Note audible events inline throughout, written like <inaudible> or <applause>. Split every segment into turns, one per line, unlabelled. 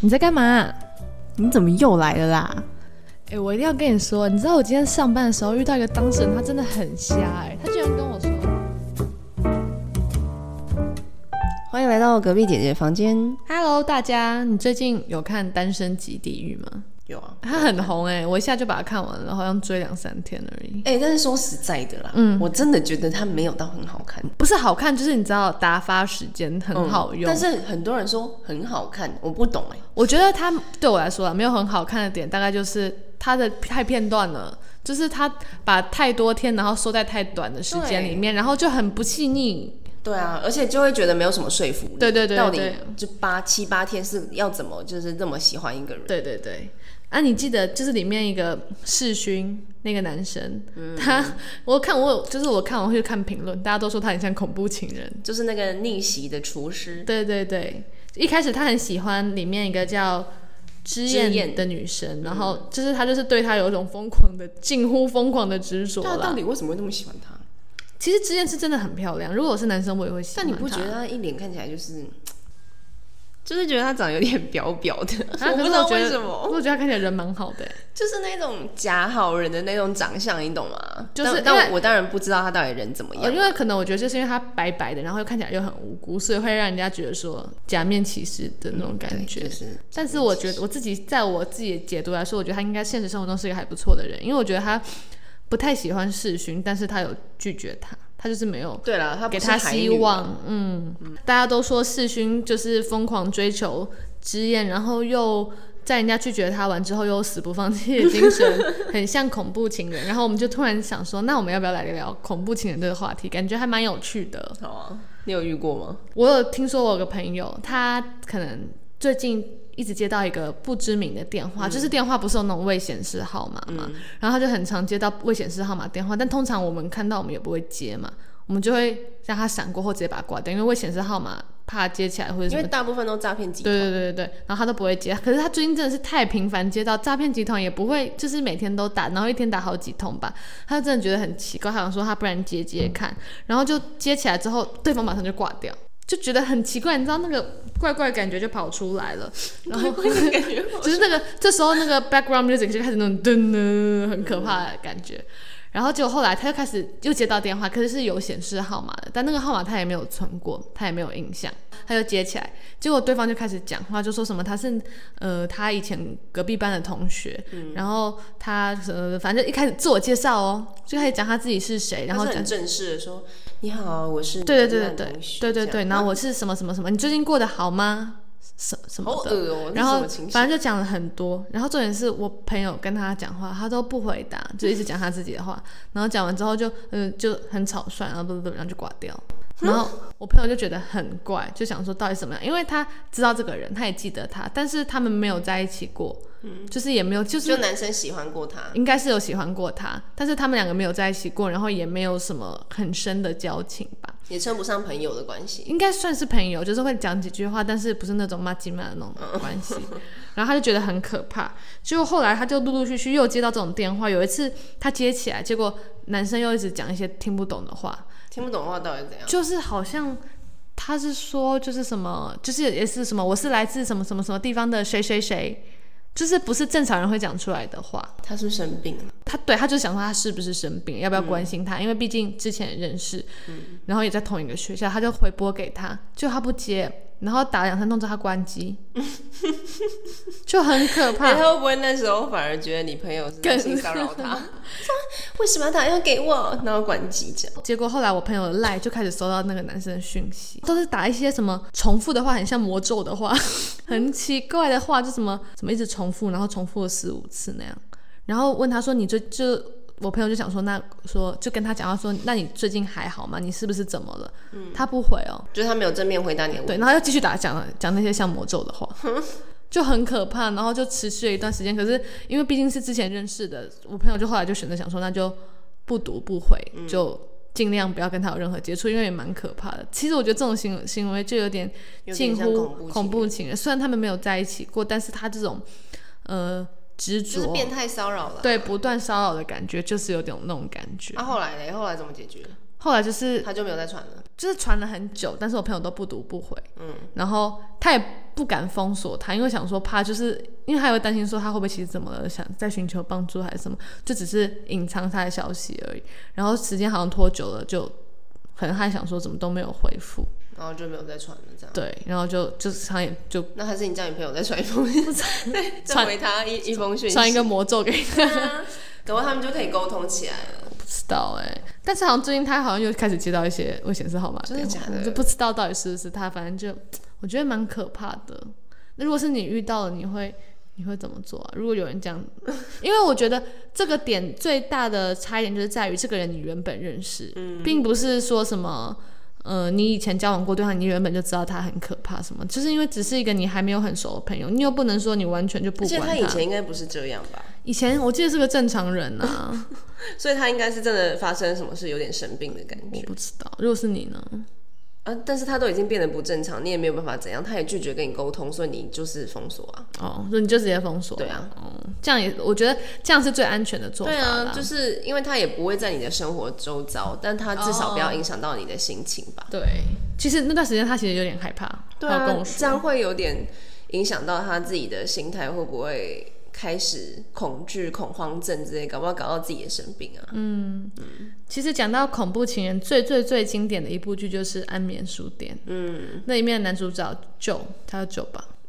你在干嘛？
你怎么又来了啦？
哎、我一定要跟你说，你知道我今天上班的时候遇到一个当事人，他真的很瞎哎、他居然跟我说，
欢迎来到隔壁姐姐房间。
Hello 大家，你最近有看《单身级地狱》吗？
有啊，
它很红哎、我一下就把它看完了，好像追两三天而已。
哎、但是说实在的啦，
嗯
嗯，我真的觉得它没有到很好看，
不是好看，就是你知道打发时间很好用。
但是嗯很多人说很好看，我不懂哎、
我觉得它对我来说啊，没有很好看的点，大概就是它的太片段了，就是它把太多天，然后缩在太短的时间里面，然后就很不细腻。
对啊，而且就会觉得没有什么说服力。
对对对
到底
对
就八七八天是要怎么就是这么喜欢一个人？
对对对。啊，你记得就是里面一个世勋那个男生，
嗯
他我看我有就是我看我会去看评论，大家都说他很像恐怖情人。
就是那个逆袭的厨师，
对对对，一开始他很喜欢里面一个叫知
知
燕
燕
的女
嗯
生，然后就是他就是对她有一种疯狂的近乎疯狂的执着
对啊，
啦
到。底为什么会那么喜欢他？
其实知燕是真的很漂亮，如果我是男生，我也会喜欢
但
她。
你不觉得他一脸看起来就是，就是觉得他长得有点表表的，
啊？
<laughs>
可
我不
是
知道
觉得
为什么，
我觉得她看起来人蛮好的欸、
就是那种假好人的那种长相，你懂吗？
就是因
但
为
但我当然不知道他到底人怎么
呃
样。
因为可能我觉得就是因为她白白的，然后又看起来又很无辜，所以会让人家觉得说假面骑士的那种感
对
觉。
就是
但是我觉得我自己在我自己的解读来说，我觉得他应该现实生活中是一个还不错的人，因为我觉得他不太喜欢世勋，但是他有拒绝他，他就是没有
对了，他不
给
是
他
海
希
女嘛，
望。嗯，大家都说世勋就是疯狂追求知燕，然后又在人家拒绝他完之后又死不放弃的精神，很像恐怖情人。然后我们就突然想说，那我们要不要来聊恐怖情人这个话题？感觉还蛮有趣的。
好啊，你有遇过吗？
我有听说，我有个朋友，他可能最近一直接到一个不知名的电话，就是电话不是有那种未显示号码嘛，然后他就很常接到未显示号码电话，但通常我们看到我们也不会接嘛，我们就会让他闪过或直接把它挂掉，因为未显示号码怕接起来或者什
因
么
为。大部分都诈骗集团， <laughs>
对对对对对，然后他都不会接，可是他最近真的是太频繁接到诈骗集团，也不会就是每天都打，然后一天打好几通吧，他就真的觉得很奇怪，他想说他不然接接看，然后就接起来之后，对方马上就挂掉，就觉得很奇怪，你知道那个怪怪的感觉就跑出来了，然后
感觉
就是那个这时候那个 background music 就开始那种噔噔，很可怕的感觉。然后结果后来他又开始又接到电话，可是是有显示号码的，但那个号码他也没有存过，他也没有印象，他就接起来，结果对方就开始讲话，就说什么他是呃他以前隔壁班的同学，然后他呃反正一开始自我介绍哦，就开始讲他自己是谁， <laughs> 然后
他是
讲
很正式的说：“你好，我是
对对
你
对
的
对
男同学
对对
这
对，
样
然后我是什么什么什么，你最近过得好吗？什什么
好
的，
恶哦，
然后
这是什么情形
反正就讲了很多，然后重点是我朋友跟他讲话，他都不回答，就一直讲他自己的话，然后讲完之后就嗯、呃就很草率，然后不不不，然后就挂掉。然后我朋友就觉得很怪，就想说到底怎么样？因为他知道这个人，他也记得他，但是他们没有在一起过，就是也没有，就是
嗯就男生喜欢过他，
应该是有喜欢过他，但是他们两个没有在一起过，然后也没有什么很深的交情吧，
也称不上朋友的关系。
应该算是朋友，就是会讲几句话，但是不是那种骂鸡骂的那种关系。然后他就觉得很可怕，结果后来他就陆陆续续又接到这种电话，有一次他接起来，结果男生又一直讲一些听不懂的话，
听不懂的话到底怎样？
就是好像他是说就是什么，就是也是什么，我是来自什么什么什么地方的谁谁谁，就是不是正常人会讲出来的话。
他是不是生病了？
他对他就想说他是不是生病，要不要关心他，因为毕竟之前也认识，然后也在同一个学校，他就回拨给他，就他不接，然后打两三通之后他关机，就很可
你
怕。
会不会那时候反而觉得你朋友是在性骚扰他？
<laughs>
说为什么要打电话给我？然后管机讲，
结果后来我朋友的赖就开始收到那个男生的讯息，都是打一些什么重复的话，很像魔咒的话， <laughs> 很奇怪的话，就什么什么一直重复，然后重复了十五次那样。然后问他说：“你最就我朋友就想说，那说就跟他讲话说，那你最近还好吗？你是不是怎么了？”他不回哦，
就是他没有正面回答你的问
对，
题。
然后又继续打讲讲那些像魔咒的
<laughs>
话，就很可怕。然后就持续了一段时间，可是因为毕竟是之前认识的，我朋友就后来就选择想说，那就不读不回，
嗯
就尽量不要跟他有任何接触，因为也蛮可怕的。其实我觉得这种行行为就有点
有点
近
像
乎
恐怖情
恐怖情人，虽然他们没有在一起过，但是他这种呃执
就是
着，
变态骚扰了。
对不断骚扰的感觉，就是有点那种感觉。
啊，后来呢？后来怎么解决？
后来就是
他就没有再传了。
就是传了很久，但是我朋友都不读不回，
嗯，
然后他也不敢封锁他，因为想说怕就是因为他也会担心说他会不会其实怎么了，想在寻求帮助还是什么，就只是隐藏他的消息而已。然后时间好像拖久了，就可能他想说怎么都没有回复，
然后就没有再传了，这样。
对，然后就就是他也就
那还是你叫你朋友再传一封， <laughs> 对，再
传
回他一一封讯息，
传一个魔咒给他，<laughs>
对啊，搞不好他们就可以沟通起来了。
不知道哎、但是好像最近他好像又开始接到一些未显示号码
真的
电话
假的
我就不知道到底是不是他，反正就嗯我觉得蛮可怕的。那如果是你遇到了，你会你会怎么做、啊？如果有人这样，因为我觉得这个点最大的差异点就是在于这个人你原本认识，
嗯
并不是说什么。呃，你以前交往过对象，你原本就知道他很可怕，什么？就是因为只是一个你还没有很熟的朋友，你又不能说你完全就不
而且
管
他以前应该不是这样吧，
以前我记得是个正常人啊，
所以他应该是真的发生什么事，有点生病的感
我
觉。
不知道。如果是你呢？
啊，但是他都已经变得不正常，你也没有办法怎样，他也拒绝跟你沟通，所以你就是封锁啊。
哦，所以你就直接封锁。
对啊，
哦，这样也我觉得这样是最安全的做法
对
啦。
啊，就是因为他也不会在你的生活周遭，但他至少不要影响到你的心情吧。
对。其实那段时间他其实有点害怕，
对
他有跟我
啊，这
说，
样会有点影响到他自己的心态，会不会开始恐惧、恐慌症之类，搞不好搞到自己也生病啊？
其实讲到恐怖情人，最最最经典的一部剧就是《安眠书店》，
嗯，
那里面的男主角舅，他叫舅吧？
<laughs> <laughs>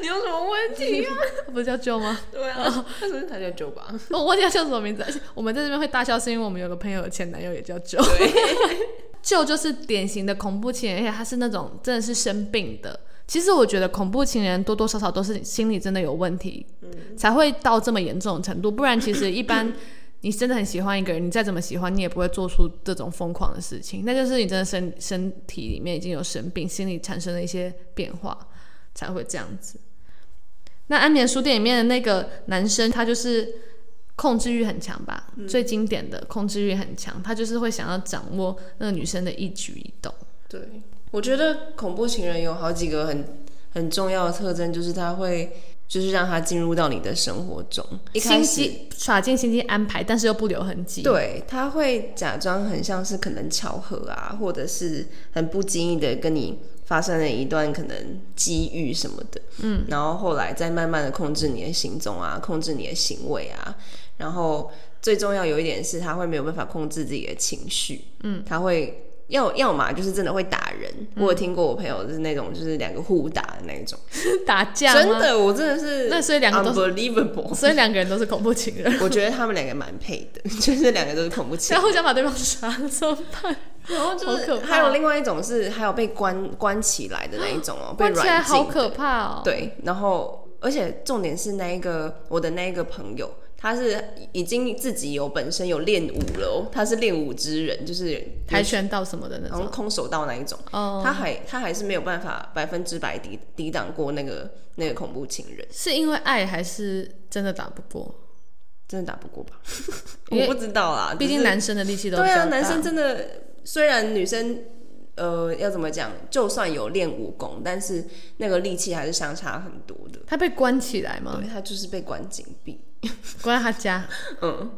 你有什么问题啊？
不是叫舅吗？
<laughs> 对啊，但是 <laughs> 他叫酒吧，
<laughs> 我忘记他叫什么名字，而且我们在这边会大笑，是因为我们有个朋友的前男友也叫舅。 <laughs> 舅就是典型的恐怖情人，而且他是那种真的是生病的。其实我觉得恐怖情人多多少少都是心理真的有问题，才会到这么严重的程度。不然其实一般你真的很喜欢一个人，你再怎么喜欢，你也不会做出这种疯狂的事情。那就是你真的身身体里面已经有生病，心理产生了一些变化，才会这样子。那安眠书店里面的那个男生，他就是控制欲很强吧，
嗯
最经典的控制欲很强，他就是会想要掌握那个女生的一举一动。
对，我觉得恐怖情人有好几个很很重要的特征，就是他会。就是让他进入到你的生活中，一开
心
始
机耍尽心机安排，但是又不留痕迹。，
对，他会假装很像是可能巧合啊，或者是很不经意的跟你发生了一段可能机遇什么的，嗯，然后后来再慢慢的控制你的行踪啊，控制你的行为啊，然后最重要有一点是他会没有办法控制自己的情绪，嗯，他会。要要么就是真的会打人，我有听过我朋友是那种就是两个互打的那一种，
打架吗
真，的我真的是
那所以两个都
unbelievable，
所以两个人都是恐怖情
<laughs>
人，
我觉得他们两个蛮配的， <laughs> 就是两个都是恐怖情
然后想把对方杀了怎么办？
然后就
好可
是
怕
还有另外一种是还有被关关起来的那一种
<gasps>
哦，被
关起来
软
好
禁。
可怕哦。，
对，然后而且重点是那一个我的那一个朋友，他是已经自己有本身有练武了哦，他是练武之人，就是
跆拳道什么的那
好像
种。
空手道那一种，
哦，
他还他还是没有办法百分之百抵抵挡过那个那个恐怖情人，
是因为爱还是真的打不过？
真的打不过吧？ <laughs>
因为
我不知道啦，
毕
只
竟
是
男生的力气都
对啊，
比较大
男生真的虽然女生呃要怎么讲，就算有练武功，但是那个力气还是相差很多的。
他被关起来吗
对？他就是被关紧闭，
关在他家
嗯，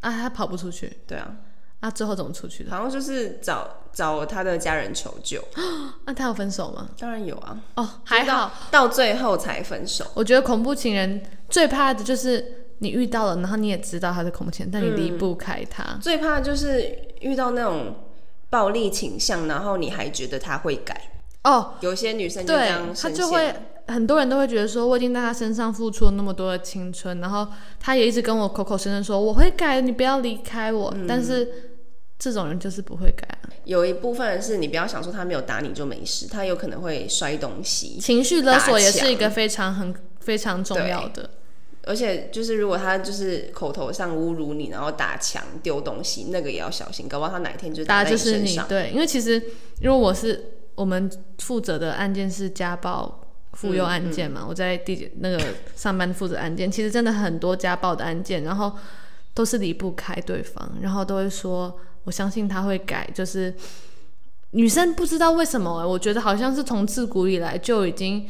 啊，他跑不出去
对啊，
啊，最后怎么出去的？
好像就是找找他的家人求救，
那、他有分手吗？
当然有啊，
哦，还好，
到最后才分手，
我觉得恐怖情人最怕的就是你遇到了，然后你也知道他是恐怖情人，但你离不开他。
最怕就是遇到那种暴力倾向，然后你还觉得他会改，
哦，
有些女生就这
对
样，
他
深
就
陷
会很多人都会觉得说，我已经在他身上付出了那么多的青春，然后他也一直跟我口口声声说我会改，你不要离开我，
嗯
但是这种人就是不会改啊，
有一部分人是你不要想说他没有打你就没事，他有可能会摔东西，
情绪勒索也
打
是
墙
一个非常很非常重要的。
而且就是如果他就是口头上侮辱你，然后打墙丢东西，那个也要小心，搞不好他哪一天就
大
在
家
你
就是
身
你
上。
对，因为其实因为我是我们负责的案件是家暴妇
嗯
幼案件嘛，我在地检那个上班负责案件，其实真的很多家暴的案件，然后都是离不开对方，然后都会说我相信他会改，就是女生不知道为什么、欸我觉得好像是从自古以来就已经。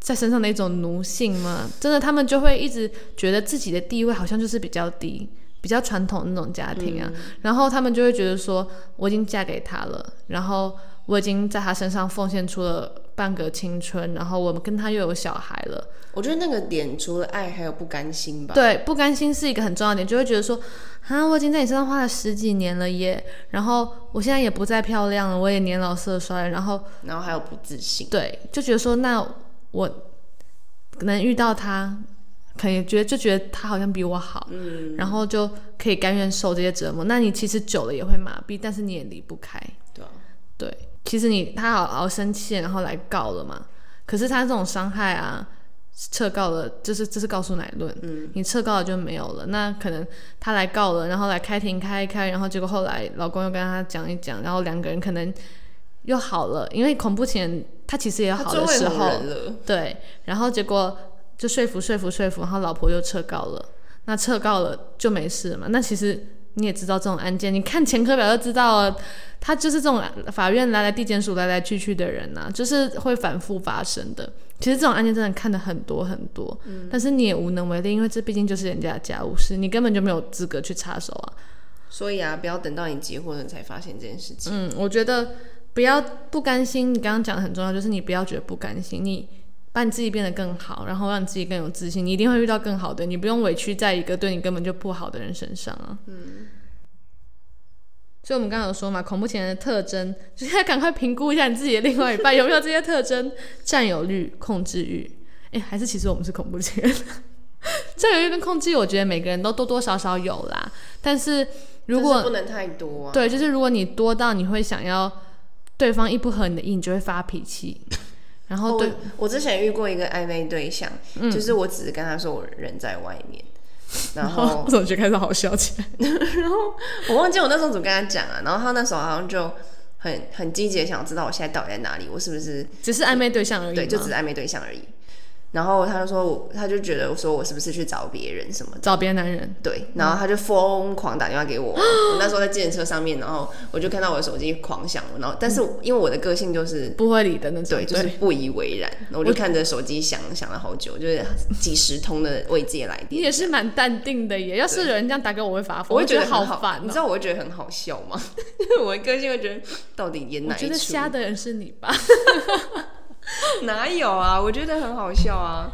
在身上的一种奴性嘛，真的，他们就会一直觉得自己的地位好像就是比较低，比较传统的那种家庭
嗯
啊，然后他们就会觉得说，我已经嫁给他了，然后我已经在他身上奉献出了半个青春，然后我们跟他又有小孩了，
我觉得那个点除了爱，还有不甘心吧。
对，不甘心是一个很重要的点，就会觉得说，啊，我已经在你身上花了十几年了耶，然后我现在也不再漂亮了，我也年老色衰，然后
然后还有不自信。
对，就觉得说，那我能遇到他，可能也觉得就觉得他好像比我好，嗯，然后就可以甘愿受这些折磨。那你其实久了也会麻痹，但是你也离不开。
对啊，
对，其实你他好好生气，然后来告了嘛。可是他这种伤害啊，撤告了，就是这是告诉乃论，嗯，你撤告了就没有了。那可能他来告了，然后来开庭开一开，然后结果后来老公又跟他讲一讲，然后两个人可能又好了，因为恐怖情人他其实也有
他
好
最
的
会
时
哄
候，
人了。
对，然后结果就说服说服说服，然后老婆就撤告了。那撤告了就没事了嘛？那其实你也知道这种案件，你看前科表就知道了，他就是这种法院来来地检署来来去去的人呐、就是会反复发生的。其实这种案件真的看的很多很多，但是你也无能为力，因为这毕竟就是人家的家务事，你根本就没有资格去插手啊。
所以啊，不要等到你结婚了才发现这件事情。
嗯，我觉得不要不甘心。你刚刚讲的很重要，就是你不要觉得不甘心，你把你自己变得更好，然后让你自己更有自信，你一定会遇到更好的。你不用委屈在一个对你根本就不好的人身上啊。嗯。所以我们刚刚有说嘛，恐怖情人的特征就是要赶快评估一下你自己的另外一半有没有这些特征：占有欲、控制欲。哎，还是其实我们是恐怖情人。 <laughs> 占有欲跟控制欲，我觉得每个人都多多少少有啦。但是如果
但是不能太多啊，
对，就是如果你多到你会想要对方一不合你的意，你就会发脾气，然后对
哦我嗯我之前遇过一个暧昧对象，就是我只是跟他说我人在外 <laughs> 面，然
<laughs>
后
我怎么觉得开始好笑起来？ <laughs>
我忘记我那时候怎么跟他讲啊，然后他那时候好像就很很积极，想知道我现在到底在哪里，我是不是
只是暧昧对象而已
对，就
吗
只是暧昧对象而已。然后他就说我，他就觉得我说我是不是去找别人什么的，
找别的男人，
对，然后他就疯狂打电
<gasps>
话给我。我那时候在自行车上面，然后我就看到我的手机狂响，然后但是因为我的个性就是
不会理的那种。
对，就是不以为然。我就看着手机想想了好久，就是几十通的未接来
你
电，
也是蛮淡定的耶。要是有人这样打给我，我会发疯，
我会
觉
觉得很
好
好
烦
你知
哦。
道我会觉得很好笑吗？ <laughs> 我的个性会觉得到底演
我
哪
觉
一
得
出？
瞎的人是你吧？
哪有啊？我觉得很好笑啊！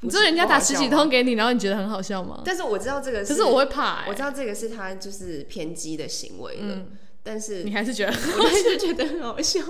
你说人家打十几
<laughs> 不好笑
通
吗，
给你，然后你觉得很好笑吗？
但是我知道这个
可
是，
是我会怕
我
哎
知，道这个是他就是偏激的行为了，但是
嗯你还是觉得
<laughs> 我就是觉得很好笑，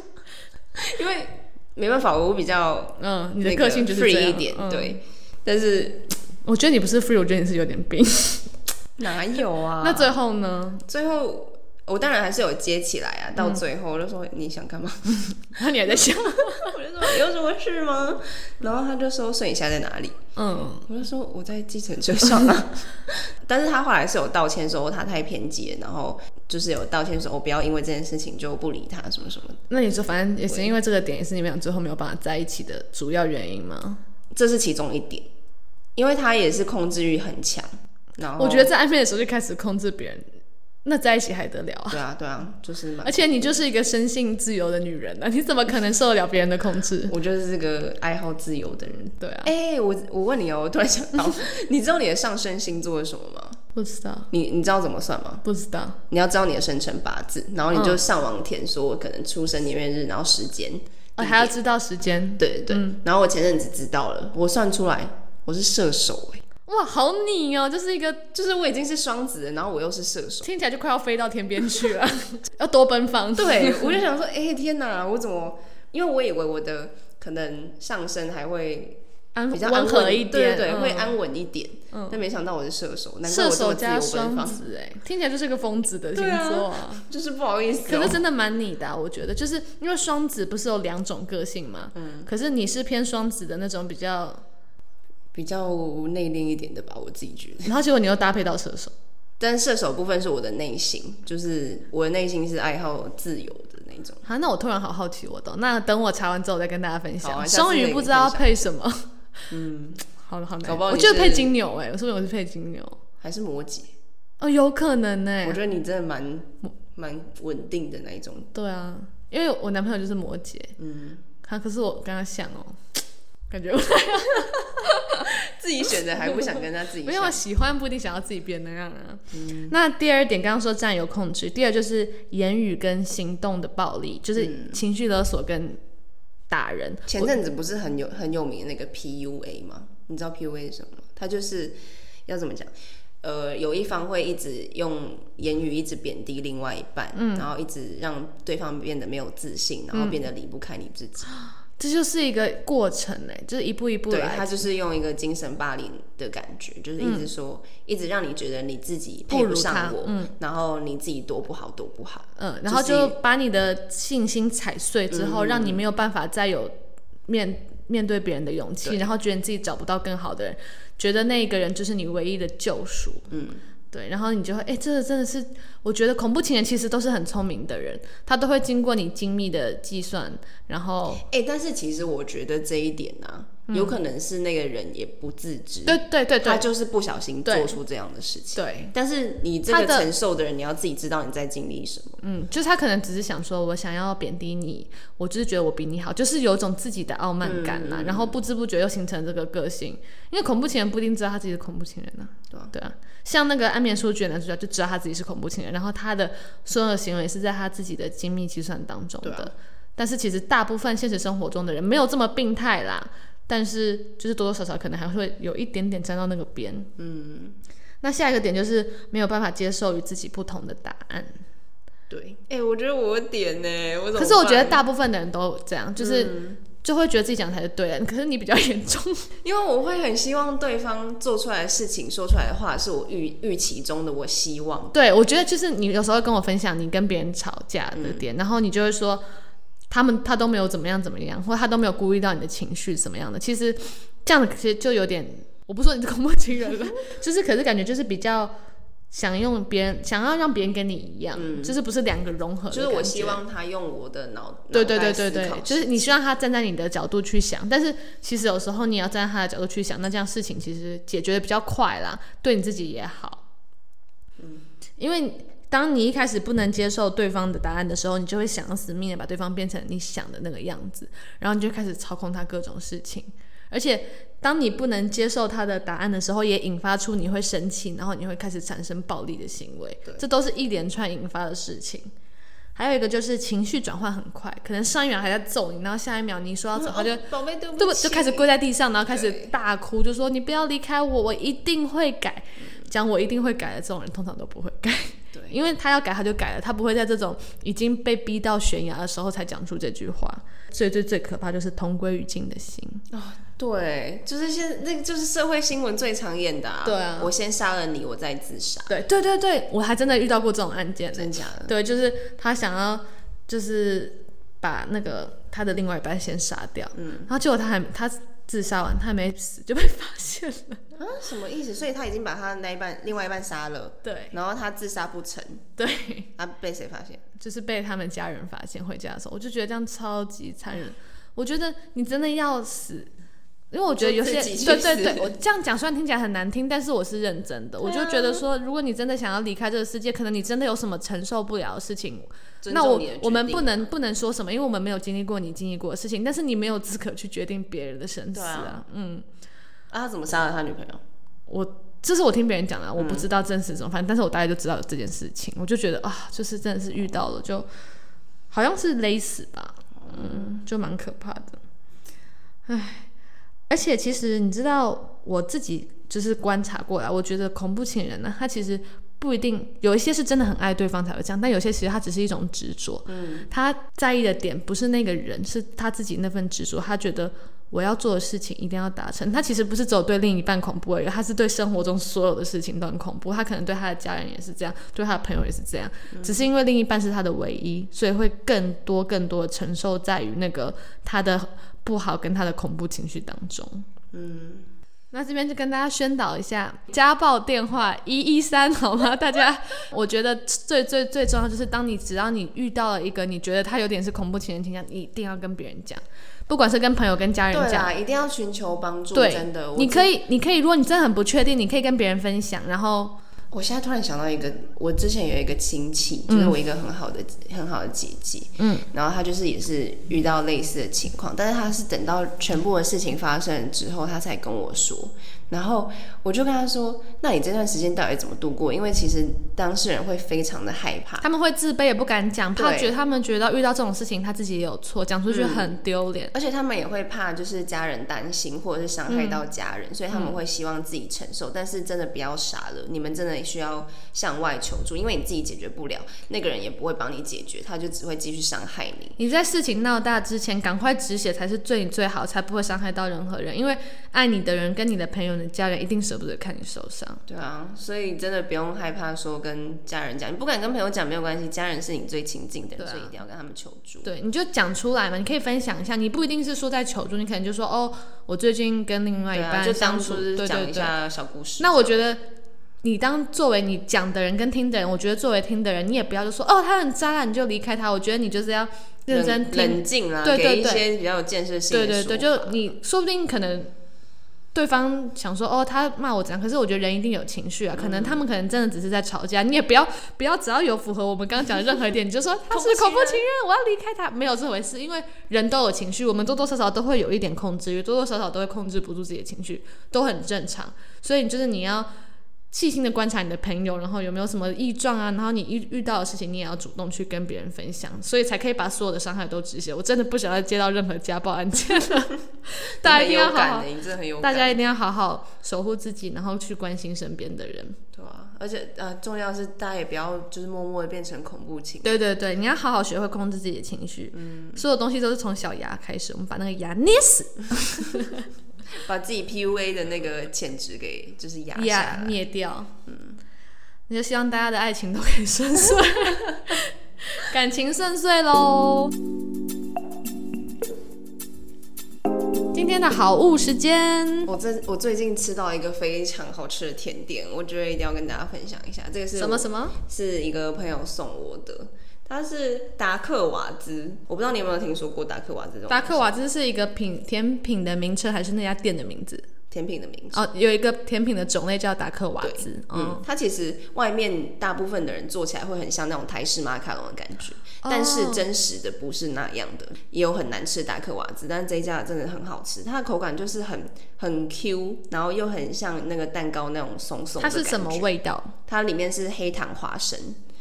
<laughs> 因为没办法，我比较
嗯，你
那
的
个
个性就是这
free
样
一点，。
嗯
对。但是
我觉得你不是 free，我觉得你是有点病。 <laughs>
哪有啊？
那最后呢？ <laughs>
最后我当然还是有接起来
嗯
啊，到最后我就说你想干嘛？ <laughs>
那你还在想？
啊我就说有什么事吗？然后他就说所以你现在在哪里？
嗯，
我就说我在计程车上
<laughs>
啊。 <laughs> 但是他后来是有道歉说他太偏激了，然后就是有道歉说我不要因为这件事情就不理他什么什么的。
那你说，反正也是因为这个点，也是你们俩最后没有办法在一起的主要原因吗？
这是其中一点，因为他也是控制欲很强。然后
我觉得在暧昧的时候就开始控制别人，那在一起还得了啊？
对啊对啊，就是蛮
而且你就是一个生性自由的女人啊呢、你怎么可能受得了别人的控制？
我就是个爱好自由的人。
对啊，
哎、我我问你哦，我突然想
<laughs>
到，你知道你的上升星座是什么吗？
不知道，
你你知道怎么算吗？
不知道，
你要知道你的生辰八字，然后你就上网填说我可能出生年月日，然后时间。
哦、还要知道时间。
对对对。
嗯
然后我前阵子知道了，我算出来我是射手、哎，
哇，好你哦，就是一个
就是我已经是双子了，然后我又是射手。
听起来就快要飞到天边去了， <laughs> 要多奔 <laughs> 放。
对，我就想说，哎、天哪，我怎么？因为我以为我的可能上升还会
安
比较
嗯温
安
和
稳
一点，
对对对，
嗯
会安稳一点。但没想到我是射手，难怪
射手
我这么自
加
由奔
双
放，
子，哎，听起来就是个疯子的星
对啊
座啊。
<laughs> 就是不好意思、哦。
可是真的蛮你的啊、我觉得，就是因为双子不是有两种个性嘛，嗯，可是你是偏双子的那种比较，
比较内敛一点的吧，我自己觉得。
然后结果你又搭配到射手，
但射手部分是我的内心，就是我的内心是爱好自由的那种。
啊，那我突然好好奇我的哦，那等我查完之后我再跟大家分
好
享，
啊下次
终
可
于
以
不知道要
分
配什么，嗯， <laughs> 好了好难，
搞不好
我
你
觉得配
是
金牛哎、欸，说明我是配金牛，
还是摩羯，
哦，有可能呢、
我觉得你真的蛮蛮稳定的
<laughs>
那一种。
啊对啊，因为我男朋友就是摩羯，嗯，他、可是我跟他像哦，感觉
自己选的还不想跟嗯他自己
没
选
有喜欢不一定想要自己变那样啊。那第二点，刚刚说占有控制，第二就是言语跟行动的暴力，就是情绪勒索跟打人。
嗯前阵子不是很有很有名的那个 PUA 吗？你知道 PUA 是什么吗？它就是要怎么讲？呃，有一方会一直用言语一直贬低另外一半，
嗯
然后一直让对方变得没有自信，然后变得离不开你自己。
这就是一个过程呢，欸就是一步一步
对
来嗯
他。就是用一个精神霸凌的感觉，就是一直说，一直让你觉得你自己配
不如他
上我，然后你自己多不好多不好。
嗯，然后
就是嗯
就把你的信心踩碎之后，让你没有办法再有面面对别人的勇气，然后觉得你自己找不到更好的人，觉得那一个人就是你唯一的救赎。嗯，对，然后你就会，哎、这个真的是，我觉得恐怖情人其实都是很聪明的人，他都会经过你精密的计算，然后
哎、但是其实我觉得这一点呢、有可能是那个人也不自知，
嗯对对对
他
对
就是不小心
对
做出这样的事情。
对，
但是你这
他
个
的
承受的人，你要自己知道你在经历什么。
嗯，就是他可能只是想说，我想要贬低你，我就是觉得我比你好，就是有一种自己的傲慢感啊
嗯
啦、然后不知不觉又形成这个个性，因为恐怖情人不一定知道他自己是恐怖情人呐、
对啊
对啊，像那个安眠书局的男主角就知道他自己是恐怖情人，然后他的所有的行为是在他自己的精密计算当中
对啊
的。但是其实大部分现实生活中的人没有这么病态啦，但是就是多多少少可能还会有一点点沾到那个边。嗯，那下一个点就是没有办法接受与自己不同的答案。
对，哎、我觉得我有点呢、我
可是我觉得，大部分的人都这样，就是、
嗯
就会觉得自己讲才是对的。 <laughs> 可是你比较严重， <laughs>
因为我会很希望对方做出来的事情、说出来的话，是我预预期中的，我希望。
对我觉得就是你有时候跟我分享你跟别人吵架的点，
嗯
然后你就会说他们他都没有怎么样怎么样，或他都没有顾虑到你的情绪怎么样的。其实这样的其实就有点，我不说你是恐怖情人了， <laughs> 就是可是感觉就是比较。想用别人，想要让别人跟你一样，就是不是两个融合的
嗯就是我
感
希
觉
望他用我的脑，
对对
脑
对
袋
对
思
对
考，
就是你希望他站在你的角度去想，但是其实有时候你也要站在他的角度去想，那这样事情其实解决的比较快啦，对你自己也好。嗯，因为当你一开始不能接受对方的答案的时候，你就会想要死命的把对方变成你想的那个样子，然后你就开始操控他各种事情，而且。当你不能接受他的答案的时候，也引发出你会生气，然后你会开始产生暴力的行为，这都是一连串引发的事情。还有一个就是情绪转换很快，可能上一秒还在揍你，然后下一秒你说要走，他就
哦宝贝对不
对不
起
就开始跪在地上，然后开始
对
大哭，就说你不要离开我，我一定会改。讲我一定会改的这种人，通常都不会改，
对
因为他要改他就改了，他不会在这种已经被逼到悬崖的时候才讲出这句话。最最最可怕就是同归于尽的心。
对，就是现那个就是社会新闻最常演的、啊。
对啊
我先杀了你，我再自杀，
对对对对，我还真的遇到过这种案件呢。
真假的？
对，就是他想要就是把那个他的另外一半先杀掉，嗯，然后结果他还他自杀完，他还没死就被发现了。
啊，什么意思？所以他已经把他那一半另外一半杀了，
对
然后他自杀不成，
对，
他被谁发现？
就是被他们家人发现回家的时候，我就觉得这样超级残忍。我觉得你真的要死。因为我觉得有些
就自己去
对对
死啊
对，我这样讲虽然听起来很难听，但是我是认真的。我就觉得说，如果你真的想要离开这个世界，可能你真的有什么承受不了的事情，
尊
那
重
我
你的决
我们
定啊
不能不能说什么，因为我们没有经历过你经历过的事情，但是你没有资格去决定别人的生死
对啊
嗯，
啊，他怎么杀了他女朋友？
我这是我听别人讲的啊，我不知道真实怎么，反正、但是我大概就知道有这件事情，我就觉得啊，就是真的是遇到了，就好像是勒死吧，嗯，就蛮可怕的。而且其实你知道，我自己就是观察过来，我觉得恐怖情人呢，他其实不一定有一些是真的很爱对方才会这样，但有些其实他只是一种执着。嗯，他在意的点不是那个人，是他自己那份执着。他觉得我要做的事情一定要达成。他其实不是只有对另一半恐怖而已，他是对生活中所有的事情都很恐怖。他可能对他的家人也是这样，对他的朋友也是这样，
嗯
只是因为另一半是他的唯一，所以会更多更多的承受在于那个他的不好跟他的恐怖情绪当中。嗯，那这边就跟大家宣导一下家暴电话一一三， <laughs> 好吗？大家，我觉得最最最重要就是，当你只要你遇到了一个你觉得他有点是恐怖情人倾向，你一定要跟别人讲，不管是跟朋友、跟家人
对
讲。
啊，一定要寻求帮助，
对
真的。我
你
真
可以，你可以，如果你真的很不确定，你可以跟别人分享，然后
我现在突然想到一个，我之前有一个亲戚，
嗯
就是我一个很好的、很好的姐姐，嗯，然后她就是也是遇到类似的情况，但是她是等到全部的事情发生之后，她才跟我说，然后我就跟她说，那你这段时间到底怎么度过？因为其实当事人会非常的害怕，
他们会自卑，也不敢讲，怕
对
觉得他们觉得遇到这种事情，他自己也有错，讲出去很丢脸。
而且他们也会怕，就是家人担心或者是伤害到
嗯
家人，所以他们会希望自己承受。但是真的不要傻了，你们真的需要向外求助，因为你自己解决不了，那个人也不会帮你解决，他就只会继续伤害你。
你在事情闹大之前，赶快止血才是最最好，才不会伤害到任何人。因为爱你的人、跟你的朋友、你的家人，一定舍不得看你受伤。
对啊，所以真的不用害怕说跟家人讲，你不敢跟朋友讲没有关系，家人是你最亲近的人，
对啊
所以一定要跟他们求助。
对，你就讲出来嘛，你可以分享一下，你不一定是说在求助，你可能就说哦，我最近跟另外一
对啊，
半
就
相
当
处，
初就是
对
讲
对对。
一下小故事。
那我觉得。你当作为你讲的人跟听的人，我觉得作为听的人，你也不要就说哦他很渣啦，你就离开他。我觉得你就是要认真
冷
听
冷静啦，
对对
给一
对
些比较有建设性
对
的
对
说
对，
法
就你说不定可能对方想说哦，他骂我怎样，可是我觉得人一定有情绪
嗯
啊，可能他们可能真的只是在吵架，你也不要不要只要有符合我们刚刚讲的任何一点，你就说他是恐怖情人，我要离开他，没有这回事，因为人都有情绪，我们多多少少都会有一点控制欲，多多少少都会控制不住自己的情绪，都很正常，所以你就是你要。细心的观察你的朋友，然后有没有什么异状啊？然后你遇遇到的事情，你也要主动去跟别人分享，所以才可以把所有的伤害都止血。我真的不想要接到任何家暴案件 <laughs> 了，大家一定要
很有
好
感
好
的，你真的很有
大
感。
家一定要好好守护自己，然后去关心身边的人。
对啊，而且呃，重要是大家也不要就是默默的变成恐
<laughs>
怖情人。
对对对，你要好好学会控制自己的情绪。嗯，所有东西都是从小牙开始，我们把那个牙捏死，
把自己 PUA 的那个潜质给就是压下
牙
来。
灭掉。嗯，那就希望大家的爱情都可以顺
<laughs>
遂，感情顺遂喽。今天的好物时间，
我这我最近吃到一个非常好吃的甜点，我觉得一定要跟大家分享一下。这个是
什么什么？
是一个朋友送我的，它是达克瓦兹，我不知道你有没有听说过达克瓦兹这种
达克瓦兹是一个品甜品的名称，还是那家店的名字？
甜品的名字。
哦，有一个甜品的种类叫达克瓦兹，嗯，
嗯，它其实外面大部分的人做起来会很像那种台式马卡龙的感觉，
哦
但是真实的不是那样的，也有很难吃的达克瓦兹，但是这一家真的很好吃，它的口感就是很很 Q，然后又很像那个蛋糕那种松松的
它
感觉。
是什么？味道？
它里面是黑糖花生。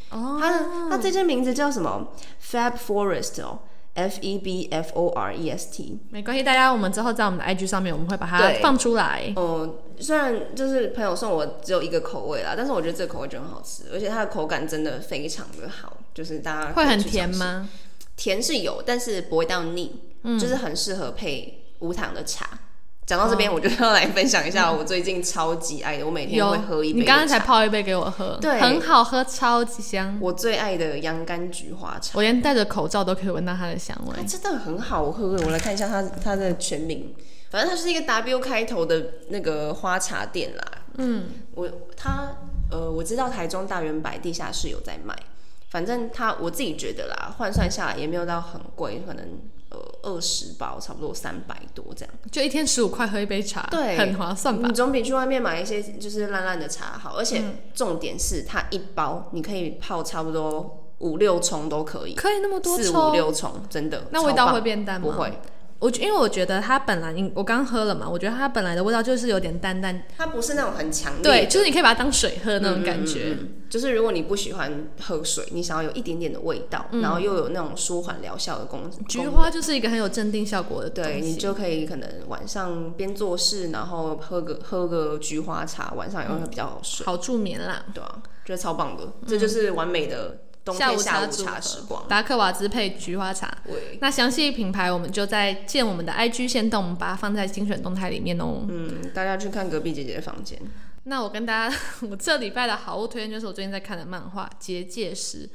哦，
它的它这间名字叫什么？Fab Forest 哦，F E B F O R E S T。
没关系，大家我们之后在我们的 IG 上面我们会把它
对
放出来。
嗯，虽然就是朋友送我只有一个口味啦，但是我觉得这个口味就很好吃，而且它的口感真的非常的好，就是大家可
会
以
很
去尝
甜
试？
吗？嗯
甜是有，但是不会到腻，就是很适合配无糖的茶。讲到这
哦
边，我就要来分享一下我最近超级爱的，我每天
有
会喝一杯。
你刚刚才，泡一杯给我喝，
对
很好喝，超级香。
我最爱的洋甘菊花茶，
我连戴着口罩都可以闻到它的香味
它。真的很好喝。我来看一下它它的全名，反正它是一个 W 开头的那个花茶店啦。嗯，我它呃，我知道台中大圆百地下室有在卖，反正它我自己觉得啦，换算下来也没有到很贵，可能呃二十包，差不多三百多这样。
就一天十五块喝一杯茶，
对嗯
很划算吧嗯
你？总比去外面买一些就是烂烂的茶好，而且重点是它一包你可以泡差不多五六冲都可以，
可以那么多
四五
抽，
六冲真的。
那味道
超
会
棒
变淡吗？
不会，
我觉因为我觉得它本来应我刚喝了嘛，我觉得它本来的味道就是有点淡淡，
它不是那种很强烈的，
对，就是你可以把它当水喝那种感觉。
嗯就是如果你不喜欢喝水，你想要有一点点的味道，然后又有那种舒缓疗效的功
菊
功
花就是一个很有镇定效果的东
嗯对你
西。
就可以可能晚上边做事，然后喝个喝个菊花茶，晚上也会比较好睡，
好助眠啦。
对啊，觉得超棒的，这就是完美的冬
下
天
午
下午
组合
茶时光。
达克瓦兹配菊花茶。
对，
那详细品牌我们就在见我们的 IG 先动，我们把它放在精选动态里面哦。
嗯，大家去看隔壁姐姐的房间，
那我跟大家， <laughs> 我这礼拜的好物推荐就是我最近在看的漫画《结界师》，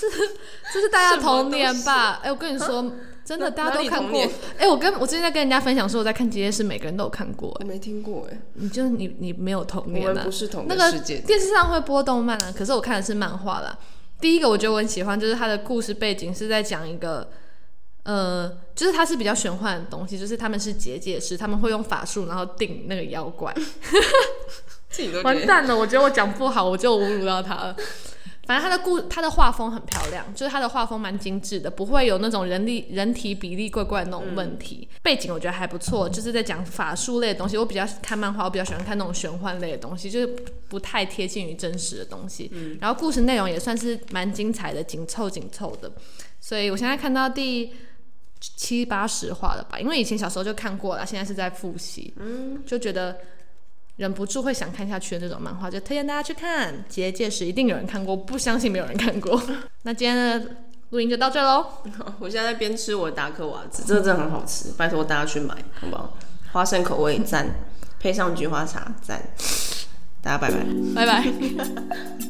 这是 <laughs> 这是大家的童年吧？哎、我跟你
<laughs>
说，真的
哪
大家都看
哪里童
过
年。
哎、我跟我最近在跟人家分享说我在看《结界师》，每个人都有看过、哎，
我没听过哎，
你就你你没有童
我
年
们
啊
不？是同一
那
个
个
世界的。
电视上会播动漫啊，可是我看的是漫画啦。第一个我觉得我很喜欢，就是它的故事背景是在讲一个，呃，就是它是比较玄幻的东西，就是他们是结界师，他们会用法术然后定那个妖怪。
自己都觉
完
得
蛋了，我觉得我讲不好，我就侮辱到他了。反正他的故他的画风很漂亮，就是他的画风蛮精致的，不会有那种人力人体比例怪怪的那种问题。
嗯
背景我觉得还不错，就是在讲法术类的东西。我比较看漫画，我比较喜欢看那种玄幻类的东西，就是不太贴近于真实的东西。
嗯
然后故事内容也算是蛮精彩的，紧凑紧凑的。所以我现在看到第七八十话了吧，因为以前小时候就看过了，现在是在复习，嗯，就觉得忍不住会想看下去的那种漫画，就推荐大家去看。结界时一定有人看过，不相信没有人看过。那今天的录音就到这喽，
<laughs> 我现在在边吃我的达克瓦兹，这个真的很好吃，拜托大家去买，好不好？花生口味赞，配上菊花茶赞，大家拜拜。
拜拜。